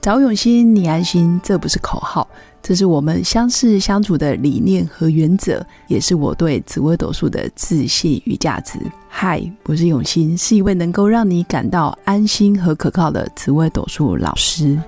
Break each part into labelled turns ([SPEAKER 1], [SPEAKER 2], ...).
[SPEAKER 1] 找永新，你安心，这不是口号，这是我们相识相处的理念和原则，也是我对紫微斗数的自信与价值。嗨，我是永新，是一位能够让你感到安心和可靠的紫微斗数老师。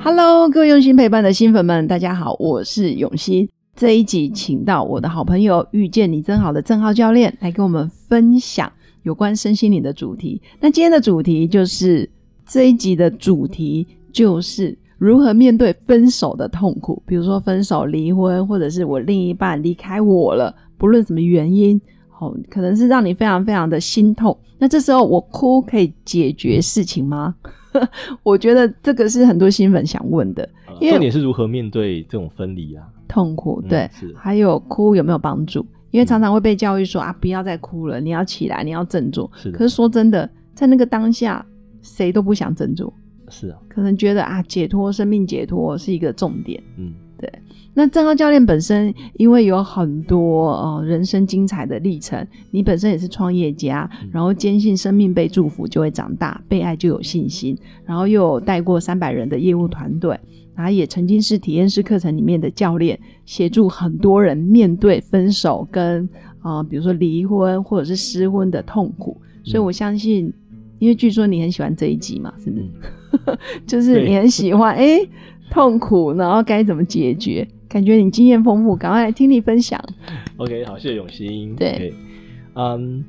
[SPEAKER 1] Hello，各位用心陪伴的新粉们，大家好，我是永新。这一集请到我的好朋友《遇见你真好》的郑浩教练来跟我们分享有关身心灵的主题。那今天的主题就是这一集的主题就是如何面对分手的痛苦，比如说分手、离婚，或者是我另一半离开我了，不论什么原因，哦，可能是让你非常非常的心痛。那这时候我哭可以解决事情吗？ 我觉得这个是很多新粉想问的
[SPEAKER 2] 呃
[SPEAKER 1] 因为
[SPEAKER 2] 重点是如何面对这种分离啊？
[SPEAKER 1] 痛苦，
[SPEAKER 2] 嗯
[SPEAKER 1] 对，
[SPEAKER 2] 是
[SPEAKER 1] 还有哭有没有帮助？
[SPEAKER 2] 嗯
[SPEAKER 1] 因为常常会被教育说啊，不要再哭了，你要起来，你要振作。
[SPEAKER 2] 是的
[SPEAKER 1] 可是说真的，在那个当下，谁都不想振作，
[SPEAKER 2] 是啊，
[SPEAKER 1] 可能觉得啊，解脱生命解脱是一个重点。
[SPEAKER 2] 嗯，
[SPEAKER 1] 那郑浩教练本身因为有很多呃人生精彩的历程，你本身也是创业家，
[SPEAKER 2] 嗯
[SPEAKER 1] 然后坚信生命被祝福就会长大，被爱就有信心，然后又有带过三百人的业务团队，然后也曾经是体验式课程里面的教练，协助很多人面对分手跟呃比如说离婚或者是失婚的痛苦，所以
[SPEAKER 2] 嗯
[SPEAKER 1] 我相信，因为据说你很喜欢这一集嘛，是不是？
[SPEAKER 2] 嗯
[SPEAKER 1] 就是
[SPEAKER 2] 对
[SPEAKER 1] 你很喜欢哎、诶痛苦，然后该怎么解决？感觉你经验丰富，赶快来听你分享。
[SPEAKER 2] OK，好，谢谢永兴。
[SPEAKER 1] 对
[SPEAKER 2] OK，嗯，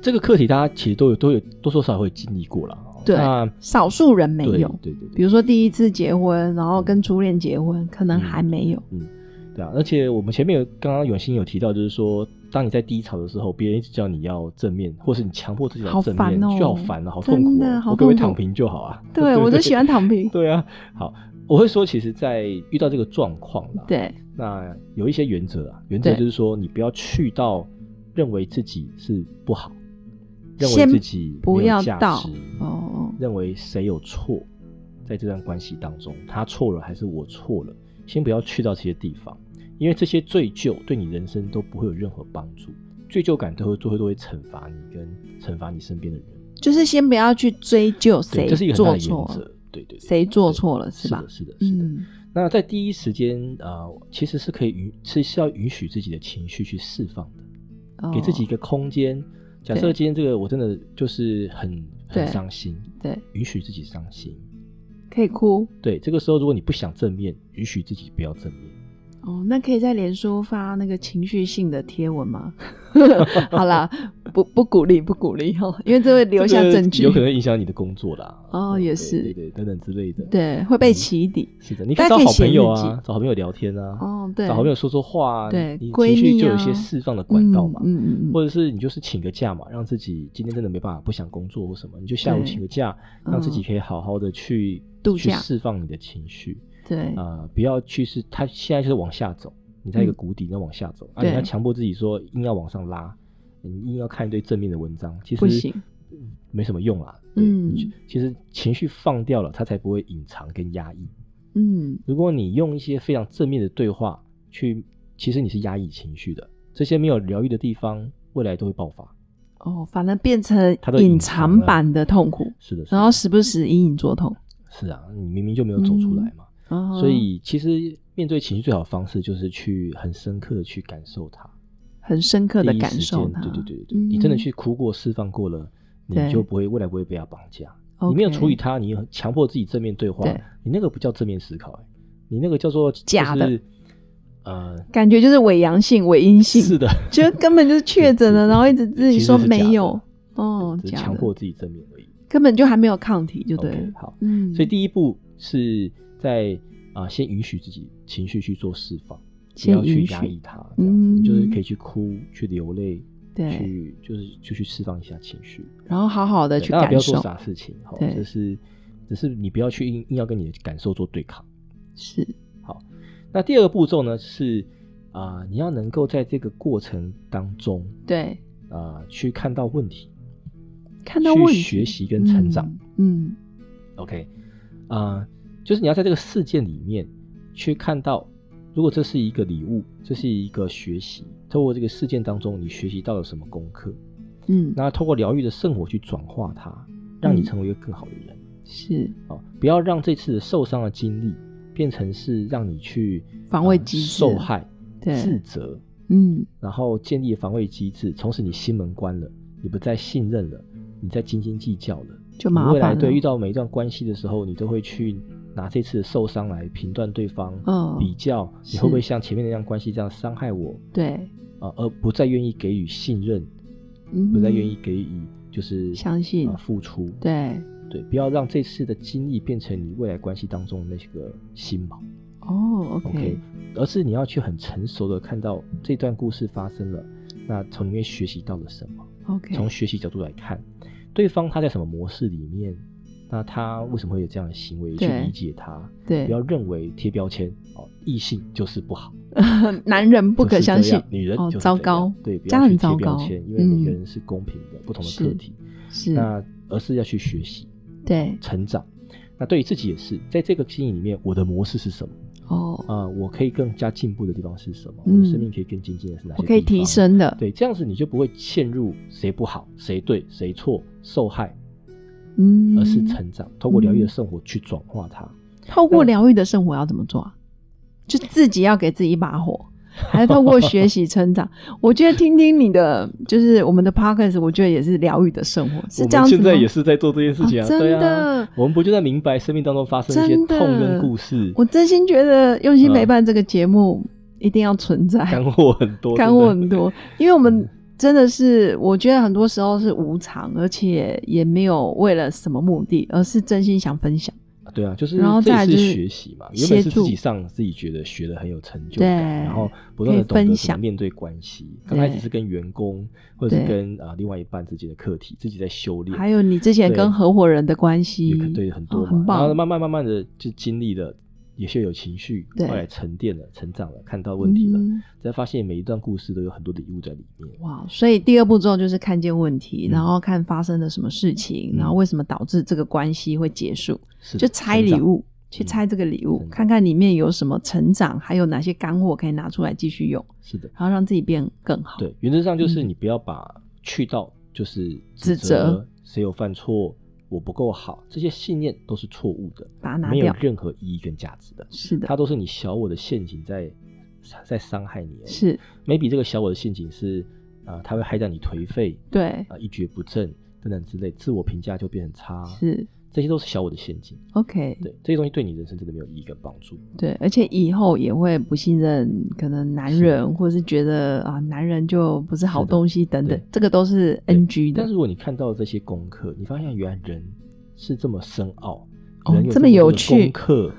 [SPEAKER 2] 这个课题大家其实都有都有多多少少会经历过了哦。
[SPEAKER 1] 对
[SPEAKER 2] 那
[SPEAKER 1] 少数人没
[SPEAKER 2] 对
[SPEAKER 1] 有，
[SPEAKER 2] 对对对，
[SPEAKER 1] 比如说第一次结婚，然后跟初恋结婚，可能
[SPEAKER 2] 嗯
[SPEAKER 1] 还没有。
[SPEAKER 2] 对啊。而且我们前面有刚刚永兴有提到，就是说，当你在低潮的时候，别人一直叫你要正面，或是你强迫自己
[SPEAKER 1] 好
[SPEAKER 2] 要正面，
[SPEAKER 1] 烦哦
[SPEAKER 2] 就好烦啊，好痛苦
[SPEAKER 1] 真的
[SPEAKER 2] 哦，
[SPEAKER 1] 好
[SPEAKER 2] 我可不可以
[SPEAKER 1] 痛苦
[SPEAKER 2] 躺平就好啊？
[SPEAKER 1] 对 我都喜欢躺平。
[SPEAKER 2] 对啊，好，我会说，其实，在遇到这个状况啦，
[SPEAKER 1] 对，
[SPEAKER 2] 那有一些原则啊，原则
[SPEAKER 1] 对
[SPEAKER 2] 就是说，你不要去到认为自己是不好，认为
[SPEAKER 1] 先
[SPEAKER 2] 自己没
[SPEAKER 1] 不
[SPEAKER 2] 有
[SPEAKER 1] 要
[SPEAKER 2] 价值
[SPEAKER 1] 到哦
[SPEAKER 2] 认为谁有错，在这段关系当中，他错了还是我错了，先不要去到这些地方，因为这些罪疚对你人生都不会有任何帮助，罪疚感都会最后都会惩罚你跟惩罚你身边的人，
[SPEAKER 1] 就是先不要去追究
[SPEAKER 2] 对，
[SPEAKER 1] 谁
[SPEAKER 2] 这是一个很
[SPEAKER 1] 做
[SPEAKER 2] 大的原
[SPEAKER 1] 错
[SPEAKER 2] 则
[SPEAKER 1] 了，，
[SPEAKER 2] 对对对，
[SPEAKER 1] 谁做
[SPEAKER 2] 对
[SPEAKER 1] 错了
[SPEAKER 2] 是
[SPEAKER 1] 吧
[SPEAKER 2] 的？是的，是的。
[SPEAKER 1] 嗯，
[SPEAKER 2] 那在第一时间，呃，其实是可以允是是要允许自己的情绪去释放的，
[SPEAKER 1] 哦
[SPEAKER 2] 给自己一个空间。假设
[SPEAKER 1] 对
[SPEAKER 2] 今天这个我真的就是很
[SPEAKER 1] 对
[SPEAKER 2] 很伤心，
[SPEAKER 1] 对，
[SPEAKER 2] 允许自己伤心。
[SPEAKER 1] 可以哭
[SPEAKER 2] 对，这个时候如果你不想正面，允许自己不要正面。
[SPEAKER 1] 哦。那可以在脸书发那个情绪性的贴文 吗？好啦，不不鼓励，不鼓励哦，因为这会留下
[SPEAKER 2] 这个
[SPEAKER 1] 证据，
[SPEAKER 2] 有可能会影响你的工作啦。
[SPEAKER 1] 哦
[SPEAKER 2] 对
[SPEAKER 1] 也
[SPEAKER 2] 对
[SPEAKER 1] 是
[SPEAKER 2] 对对，等等之类的。，
[SPEAKER 1] 对，会
[SPEAKER 2] 嗯
[SPEAKER 1] 被起底。
[SPEAKER 2] 是的，你可
[SPEAKER 1] 大家
[SPEAKER 2] 以找
[SPEAKER 1] 可以
[SPEAKER 2] 好
[SPEAKER 1] 写
[SPEAKER 2] 朋友
[SPEAKER 1] 日
[SPEAKER 2] 啊
[SPEAKER 1] 记，
[SPEAKER 2] 找好朋友聊天啊，
[SPEAKER 1] 哦，对，
[SPEAKER 2] 找好朋友说说话啊，
[SPEAKER 1] 对
[SPEAKER 2] 你你
[SPEAKER 1] 闺
[SPEAKER 2] 情绪
[SPEAKER 1] 蜜
[SPEAKER 2] 就有一些
[SPEAKER 1] 啊
[SPEAKER 2] 释放的管道嘛。
[SPEAKER 1] 嗯嗯嗯
[SPEAKER 2] 或者是你就是请个假嘛，让自己今天真的没办法不想工作或什么，你就下午
[SPEAKER 1] 对
[SPEAKER 2] 请个假，
[SPEAKER 1] 嗯
[SPEAKER 2] 让自己可以好好的去
[SPEAKER 1] 度假
[SPEAKER 2] 去释放你的情绪
[SPEAKER 1] 嗯，对，嗯
[SPEAKER 2] 啊、不要去是它现在就是往下走，你在一个谷底，你要往下走，啊，
[SPEAKER 1] 对
[SPEAKER 2] 你要强迫自己说硬要往上拉，你硬要看一堆正面的文章，其实
[SPEAKER 1] 不行，
[SPEAKER 2] 没什么用啦。对
[SPEAKER 1] 嗯
[SPEAKER 2] 你其实情绪放掉了，它才不会隐藏跟压抑。
[SPEAKER 1] 嗯，
[SPEAKER 2] 如果你用一些非常正面的对话去，其实你是压抑情绪的，这些没有疗愈的地方，未来都会爆发。
[SPEAKER 1] 哦，反而变成
[SPEAKER 2] 它都
[SPEAKER 1] 隐
[SPEAKER 2] 隐藏
[SPEAKER 1] 藏
[SPEAKER 2] 了
[SPEAKER 1] 版的痛苦，
[SPEAKER 2] 是的，是的
[SPEAKER 1] 然后时不时隐隐作痛，
[SPEAKER 2] 是啊，你明明就没有走出来嘛，
[SPEAKER 1] 哦
[SPEAKER 2] 所以其实面对情绪最好的方式就是去很深刻的去感受它，
[SPEAKER 1] 很深刻的
[SPEAKER 2] 第一
[SPEAKER 1] 感
[SPEAKER 2] 时
[SPEAKER 1] 受
[SPEAKER 2] 间
[SPEAKER 1] 它。
[SPEAKER 2] 对对对对对，你真的
[SPEAKER 1] 嗯
[SPEAKER 2] 去哭过、释放过了，你
[SPEAKER 1] 对
[SPEAKER 2] 就不会未来不会被他绑架。你没有
[SPEAKER 1] OK
[SPEAKER 2] 处理它，你强迫自己正面对话
[SPEAKER 1] 对，
[SPEAKER 2] 你那个不叫正面思考、欸，你那个叫做、就是、
[SPEAKER 1] 假的，
[SPEAKER 2] 呃，
[SPEAKER 1] 感觉就是伪阳性、伪阴性，
[SPEAKER 2] 是的，
[SPEAKER 1] 就根本就是确诊 了，然后一直自己
[SPEAKER 2] 其实
[SPEAKER 1] 说
[SPEAKER 2] 是
[SPEAKER 1] 没
[SPEAKER 2] 假的
[SPEAKER 1] 有，哦，
[SPEAKER 2] 只是
[SPEAKER 1] 假
[SPEAKER 2] 强
[SPEAKER 1] 的，
[SPEAKER 2] 迫自己正面而已。
[SPEAKER 1] 根本就还没有抗体，就对
[SPEAKER 2] OK，
[SPEAKER 1] 了。
[SPEAKER 2] 好，
[SPEAKER 1] 嗯，
[SPEAKER 2] 所以第一步是在啊、先允许自己情绪去做释放。不
[SPEAKER 1] 先
[SPEAKER 2] 要去
[SPEAKER 1] 允
[SPEAKER 2] 压
[SPEAKER 1] 许
[SPEAKER 2] 抑它，这样子，你就是
[SPEAKER 1] 嗯
[SPEAKER 2] 可以去哭、去流泪，
[SPEAKER 1] 对，
[SPEAKER 2] 去就是就去释放一下情绪，
[SPEAKER 1] 然后好好的
[SPEAKER 2] 对
[SPEAKER 1] 去
[SPEAKER 2] 当然不
[SPEAKER 1] 感
[SPEAKER 2] 要做
[SPEAKER 1] 受，
[SPEAKER 2] 傻事情，好，
[SPEAKER 1] 对
[SPEAKER 2] 就是只是你不要去硬硬要跟你的感受做对抗。
[SPEAKER 1] 是
[SPEAKER 2] 那第二个步骤呢是啊、你要能够在这个过程当中
[SPEAKER 1] 对，
[SPEAKER 2] 啊、去看到问题，
[SPEAKER 1] 看到问
[SPEAKER 2] 去
[SPEAKER 1] 题，
[SPEAKER 2] 学习跟成长。
[SPEAKER 1] 嗯，
[SPEAKER 2] OK，啊、就是你要在这个事件里面去看到，如果这是一个礼物，这是一个学习，透过这个事件当中，你学习到了什么功课？
[SPEAKER 1] 嗯，
[SPEAKER 2] 那透过疗愈的圣火去转化它，让你
[SPEAKER 1] 嗯
[SPEAKER 2] 成为一个更好的人。
[SPEAKER 1] 是
[SPEAKER 2] 哦，不要让这次的受伤的经历变成是让你去
[SPEAKER 1] 防卫
[SPEAKER 2] 呃
[SPEAKER 1] 机制
[SPEAKER 2] 受害、自
[SPEAKER 1] 对，
[SPEAKER 2] 责，
[SPEAKER 1] 嗯
[SPEAKER 2] 然后建立防卫机制，从此你心门关了，你不再信任了，你在斤斤计较了。
[SPEAKER 1] 就
[SPEAKER 2] 你
[SPEAKER 1] 麻
[SPEAKER 2] 未来
[SPEAKER 1] 烦了。
[SPEAKER 2] 对遇到每一段关系的时候，你都会去拿这次的受伤来评断对方，
[SPEAKER 1] 嗯
[SPEAKER 2] 比较你
[SPEAKER 1] 是
[SPEAKER 2] 会不会像前面那段关系这样伤害我
[SPEAKER 1] 对，
[SPEAKER 2] 啊、呃而不再愿意给予信任，
[SPEAKER 1] 嗯，
[SPEAKER 2] 不再愿意给予就是
[SPEAKER 1] 相信
[SPEAKER 2] 呃付出。
[SPEAKER 1] 对
[SPEAKER 2] 对，不要让这次的经历变成你未来关系当中的那个心锚
[SPEAKER 1] 哦，OK，,
[SPEAKER 2] ，OK，而是你要去很成熟的看到这段故事发生了，那从里面学习到了什么？
[SPEAKER 1] OK，
[SPEAKER 2] 从学习角度来看，对方他在什么模式里面，那他为什么会有这样的行为？去
[SPEAKER 1] 对
[SPEAKER 2] 理解他，不
[SPEAKER 1] 对
[SPEAKER 2] 要，认为贴标签哦，异性就是不好，
[SPEAKER 1] 男人不
[SPEAKER 2] 就
[SPEAKER 1] 可
[SPEAKER 2] 是
[SPEAKER 1] 相
[SPEAKER 2] 这
[SPEAKER 1] 信
[SPEAKER 2] 样，女人
[SPEAKER 1] 哦
[SPEAKER 2] 就是
[SPEAKER 1] 糟
[SPEAKER 2] 这样
[SPEAKER 1] 糕
[SPEAKER 2] 对，不
[SPEAKER 1] 这
[SPEAKER 2] 要
[SPEAKER 1] 样
[SPEAKER 2] 去
[SPEAKER 1] 很
[SPEAKER 2] 贴
[SPEAKER 1] 糟
[SPEAKER 2] 标
[SPEAKER 1] 糕
[SPEAKER 2] 签，因为每个
[SPEAKER 1] 嗯
[SPEAKER 2] 人是公平的，不同的
[SPEAKER 1] 是
[SPEAKER 2] 个体，
[SPEAKER 1] 是，
[SPEAKER 2] 那而是要去学习。
[SPEAKER 1] 对，
[SPEAKER 2] 成长。那对于自己也是，在这个经营里面，我的模式是什么？
[SPEAKER 1] 哦，
[SPEAKER 2] 啊、我可以更加进步的地方是什么？
[SPEAKER 1] 嗯
[SPEAKER 2] 我的生命可以更精进的是哪些？
[SPEAKER 1] 我可以提。升的，
[SPEAKER 2] 对，这样子你就不会陷入谁不好、谁对、谁错、受害，
[SPEAKER 1] 嗯，
[SPEAKER 2] 而是成长。通过疗愈的生活去转化它。
[SPEAKER 1] 透过
[SPEAKER 2] 嗯
[SPEAKER 1] 疗愈的生活要怎么做啊？就自己要给自己一把 火，还是透过学习成长？我觉得听听你的，就是我们的 podcast，我觉得也是疗愈的生活，是
[SPEAKER 2] 我
[SPEAKER 1] 这样
[SPEAKER 2] 们
[SPEAKER 1] 子
[SPEAKER 2] 现在
[SPEAKER 1] 吗
[SPEAKER 2] 也是在做这件事情啊，
[SPEAKER 1] 哦真
[SPEAKER 2] 对
[SPEAKER 1] 的
[SPEAKER 2] 啊，我们不就在明白生命当中发生的一些
[SPEAKER 1] 真的
[SPEAKER 2] 痛跟故事，
[SPEAKER 1] 我真心觉得《用心
[SPEAKER 2] 嗯
[SPEAKER 1] 陪伴》这个节目一定要存在，
[SPEAKER 2] 干货很 多，
[SPEAKER 1] 干
[SPEAKER 2] 真的
[SPEAKER 1] 货很多，因为我
[SPEAKER 2] 嗯
[SPEAKER 1] 们真的是，我觉得很多时候是无偿，而且也没有为了什么目的，而是真心想分享。
[SPEAKER 2] 对啊，就是
[SPEAKER 1] 然后
[SPEAKER 2] 这
[SPEAKER 1] 再来
[SPEAKER 2] 也
[SPEAKER 1] 就是是
[SPEAKER 2] 学习嘛，原本
[SPEAKER 1] 协
[SPEAKER 2] 是
[SPEAKER 1] 助
[SPEAKER 2] 自己上自己觉得学的很有成就感，
[SPEAKER 1] 对
[SPEAKER 2] 然后不断的
[SPEAKER 1] 可以
[SPEAKER 2] 懂得
[SPEAKER 1] 分
[SPEAKER 2] 怎么
[SPEAKER 1] 享
[SPEAKER 2] 面对关系。
[SPEAKER 1] 对
[SPEAKER 2] 刚开始是跟员工或者是
[SPEAKER 1] 对
[SPEAKER 2] 跟啊、呃另外一半之间的课题，自己在修炼，
[SPEAKER 1] 还有你之前
[SPEAKER 2] 对
[SPEAKER 1] 跟合伙人的关系
[SPEAKER 2] 也可，对很多
[SPEAKER 1] 哦
[SPEAKER 2] 嘛，
[SPEAKER 1] 很
[SPEAKER 2] 然后
[SPEAKER 1] 棒，
[SPEAKER 2] 慢慢慢慢的就经历了，也是有情绪，
[SPEAKER 1] 对
[SPEAKER 2] 后来沉淀了、成长了，看到问题了，
[SPEAKER 1] 嗯
[SPEAKER 2] 才发现每一段故事都有很多礼物在里面。
[SPEAKER 1] 哇，所以第二步骤就是看见问题，
[SPEAKER 2] 嗯
[SPEAKER 1] 然后看发生了什么事情，
[SPEAKER 2] 嗯
[SPEAKER 1] 然后为什么导致这个关系会结束，
[SPEAKER 2] 是的
[SPEAKER 1] 就拆礼，物，去
[SPEAKER 2] 嗯
[SPEAKER 1] 拆这个礼物，
[SPEAKER 2] 成长
[SPEAKER 1] 看看里面有什么成长，还有哪些干货可以拿出来继续用，
[SPEAKER 2] 成长是的，
[SPEAKER 1] 然后让自己变更好。
[SPEAKER 2] 对，原则上就是
[SPEAKER 1] 嗯
[SPEAKER 2] 你不要把去到就是
[SPEAKER 1] 指责
[SPEAKER 2] 谁有犯错，我不够好，这些信念都是错误的，
[SPEAKER 1] 把它拿
[SPEAKER 2] 没有
[SPEAKER 1] 掉。
[SPEAKER 2] 任何意义跟价值的，
[SPEAKER 1] 是的，
[SPEAKER 2] 它都是你小我的陷阱在在伤害你而已。
[SPEAKER 1] 是，
[SPEAKER 2] maybe 这个小我的陷阱是啊、呃它会害到你颓废
[SPEAKER 1] 对，
[SPEAKER 2] 啊、一蹶不振等等之类，自我评价就变很差，
[SPEAKER 1] 是嗯
[SPEAKER 2] 这些都是小我的陷阱。
[SPEAKER 1] OK
[SPEAKER 2] 啊对，这些东西对你人生真的没有意义跟帮助。
[SPEAKER 1] 对，而且以后也会不信任可能男
[SPEAKER 2] 是
[SPEAKER 1] 人，或是觉得啊男人就不是好
[SPEAKER 2] 是的
[SPEAKER 1] 东西等等
[SPEAKER 2] 对，
[SPEAKER 1] 这个都是
[SPEAKER 2] 对
[SPEAKER 1] NG 的
[SPEAKER 2] 但。是如果你看到这些功课，你发现原来人是这么深奥，
[SPEAKER 1] 哦
[SPEAKER 2] 人有
[SPEAKER 1] 这么
[SPEAKER 2] 么
[SPEAKER 1] 有
[SPEAKER 2] 有
[SPEAKER 1] 趣
[SPEAKER 2] 功 课，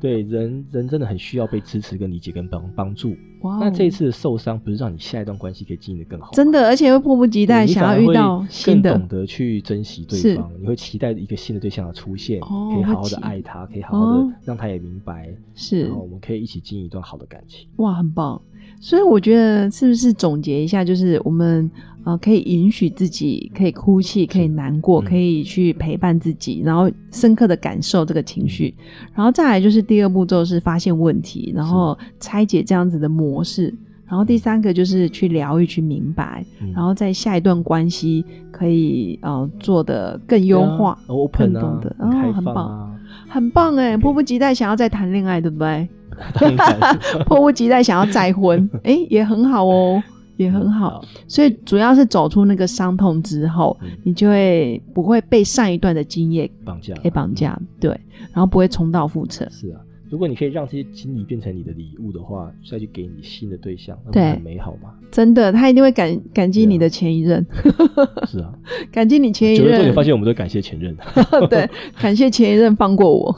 [SPEAKER 2] 对人人真的很需要被支持、跟理解、跟帮帮助。
[SPEAKER 1] 哇哦，
[SPEAKER 2] 那这一次的受伤，不是让你下一段关系可以经营的更好吗，
[SPEAKER 1] 真的，而且会迫不及
[SPEAKER 2] 对
[SPEAKER 1] 待
[SPEAKER 2] 你
[SPEAKER 1] 想
[SPEAKER 2] 反
[SPEAKER 1] 要
[SPEAKER 2] 而
[SPEAKER 1] 遇
[SPEAKER 2] 会
[SPEAKER 1] 到新的
[SPEAKER 2] 更懂得去珍惜
[SPEAKER 1] 是
[SPEAKER 2] 对方，你会期待一个新的对象的出现，
[SPEAKER 1] 哦
[SPEAKER 2] 可以好
[SPEAKER 1] 会
[SPEAKER 2] 好的
[SPEAKER 1] 期
[SPEAKER 2] 爱他，可以好好
[SPEAKER 1] 哦
[SPEAKER 2] 的让他也明白，
[SPEAKER 1] 是
[SPEAKER 2] 然后我们可以一起经营一段好的感情。
[SPEAKER 1] 哇，很棒。所以我觉得是不是总结一下，就是我们呃可以允许自己可以哭泣，可以难过，
[SPEAKER 2] 嗯
[SPEAKER 1] 可以去陪伴自己，然后深刻的感受这个情绪，
[SPEAKER 2] 嗯
[SPEAKER 1] 然后再来就是第二步骤是发现问题，然后拆解这样子的模式，然后第三个就是去疗愈、去明白，
[SPEAKER 2] 嗯
[SPEAKER 1] 然后在下一段关系可以呃做的更优化，
[SPEAKER 2] 对啊，open
[SPEAKER 1] 更
[SPEAKER 2] 啊
[SPEAKER 1] 懂得，
[SPEAKER 2] 很
[SPEAKER 1] 哦
[SPEAKER 2] 开
[SPEAKER 1] 很
[SPEAKER 2] 放
[SPEAKER 1] 棒
[SPEAKER 2] 啊，
[SPEAKER 1] 很棒哎、
[SPEAKER 2] 对
[SPEAKER 1] 迫不及待想要再谈恋爱，对不对？
[SPEAKER 2] 当 然
[SPEAKER 1] 迫不及待想要再婚，哎、也很好哦，也很好。，所以主要是走出那个伤痛之后，
[SPEAKER 2] 嗯
[SPEAKER 1] 你就会不会被上一段的经验
[SPEAKER 2] 绑架
[SPEAKER 1] 给绑架，
[SPEAKER 2] 嗯
[SPEAKER 1] 对，然后不会重蹈覆辙。
[SPEAKER 2] 是啊，
[SPEAKER 1] 嗯
[SPEAKER 2] 如果你可以让这些经历变成你的礼物的话，再去给你新的对象，那不
[SPEAKER 1] 对
[SPEAKER 2] 是很美好 吗？
[SPEAKER 1] 真的，他一定会感感激
[SPEAKER 2] 对啊
[SPEAKER 1] 你的前一任，
[SPEAKER 2] 是啊，
[SPEAKER 1] 感激你前一
[SPEAKER 2] 久了之后
[SPEAKER 1] 任
[SPEAKER 2] 你，发现我们都感谢前任，
[SPEAKER 1] 对，感谢前一任放过我。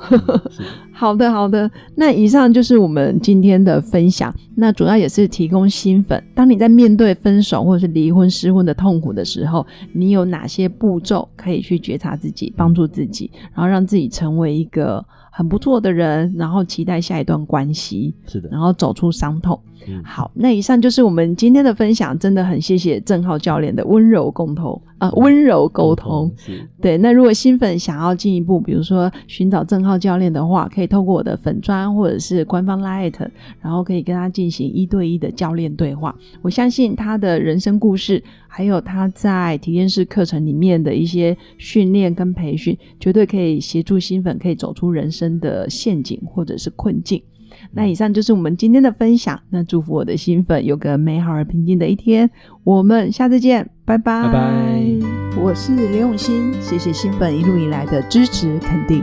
[SPEAKER 2] 是
[SPEAKER 1] 好的，好的。那以上就是我们今天的分享。那主要也是提供新粉，当你在面对分手或者是离婚、失婚的痛苦的时候，你有哪些步骤可以去觉察自己、帮助自己，然后让自己成为一个很不错的人，然后期待下一段关系，
[SPEAKER 2] 是的
[SPEAKER 1] 然，后走出伤痛。
[SPEAKER 2] 嗯，
[SPEAKER 1] 好，那以上就是我们今天的分享，真的很谢谢郑浩教练的温柔共同啊、温柔沟通。
[SPEAKER 2] 是
[SPEAKER 1] 对，那如果新粉想要进一步，比如说寻找郑浩教练的话，可以透过我的粉砖或者是官方 Lite，然后可以跟他进行一对一的教练对话。我相信他的人生故事，还有他在体验式课程里面的一些训练跟培训，绝对可以协助新粉可以走出人生的陷阱或者是困境。那以上就是我们今天的分享。那祝福我的新粉有个美好而平静的一天。我们下次见，拜拜。
[SPEAKER 2] 拜拜。
[SPEAKER 1] 我是刘永新，谢谢新粉一路以来的支持肯定。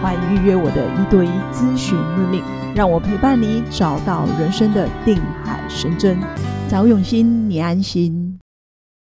[SPEAKER 1] 欢迎预约我的一对一咨询论命，让我陪伴你找到人生的定海神针。找永新，你安心。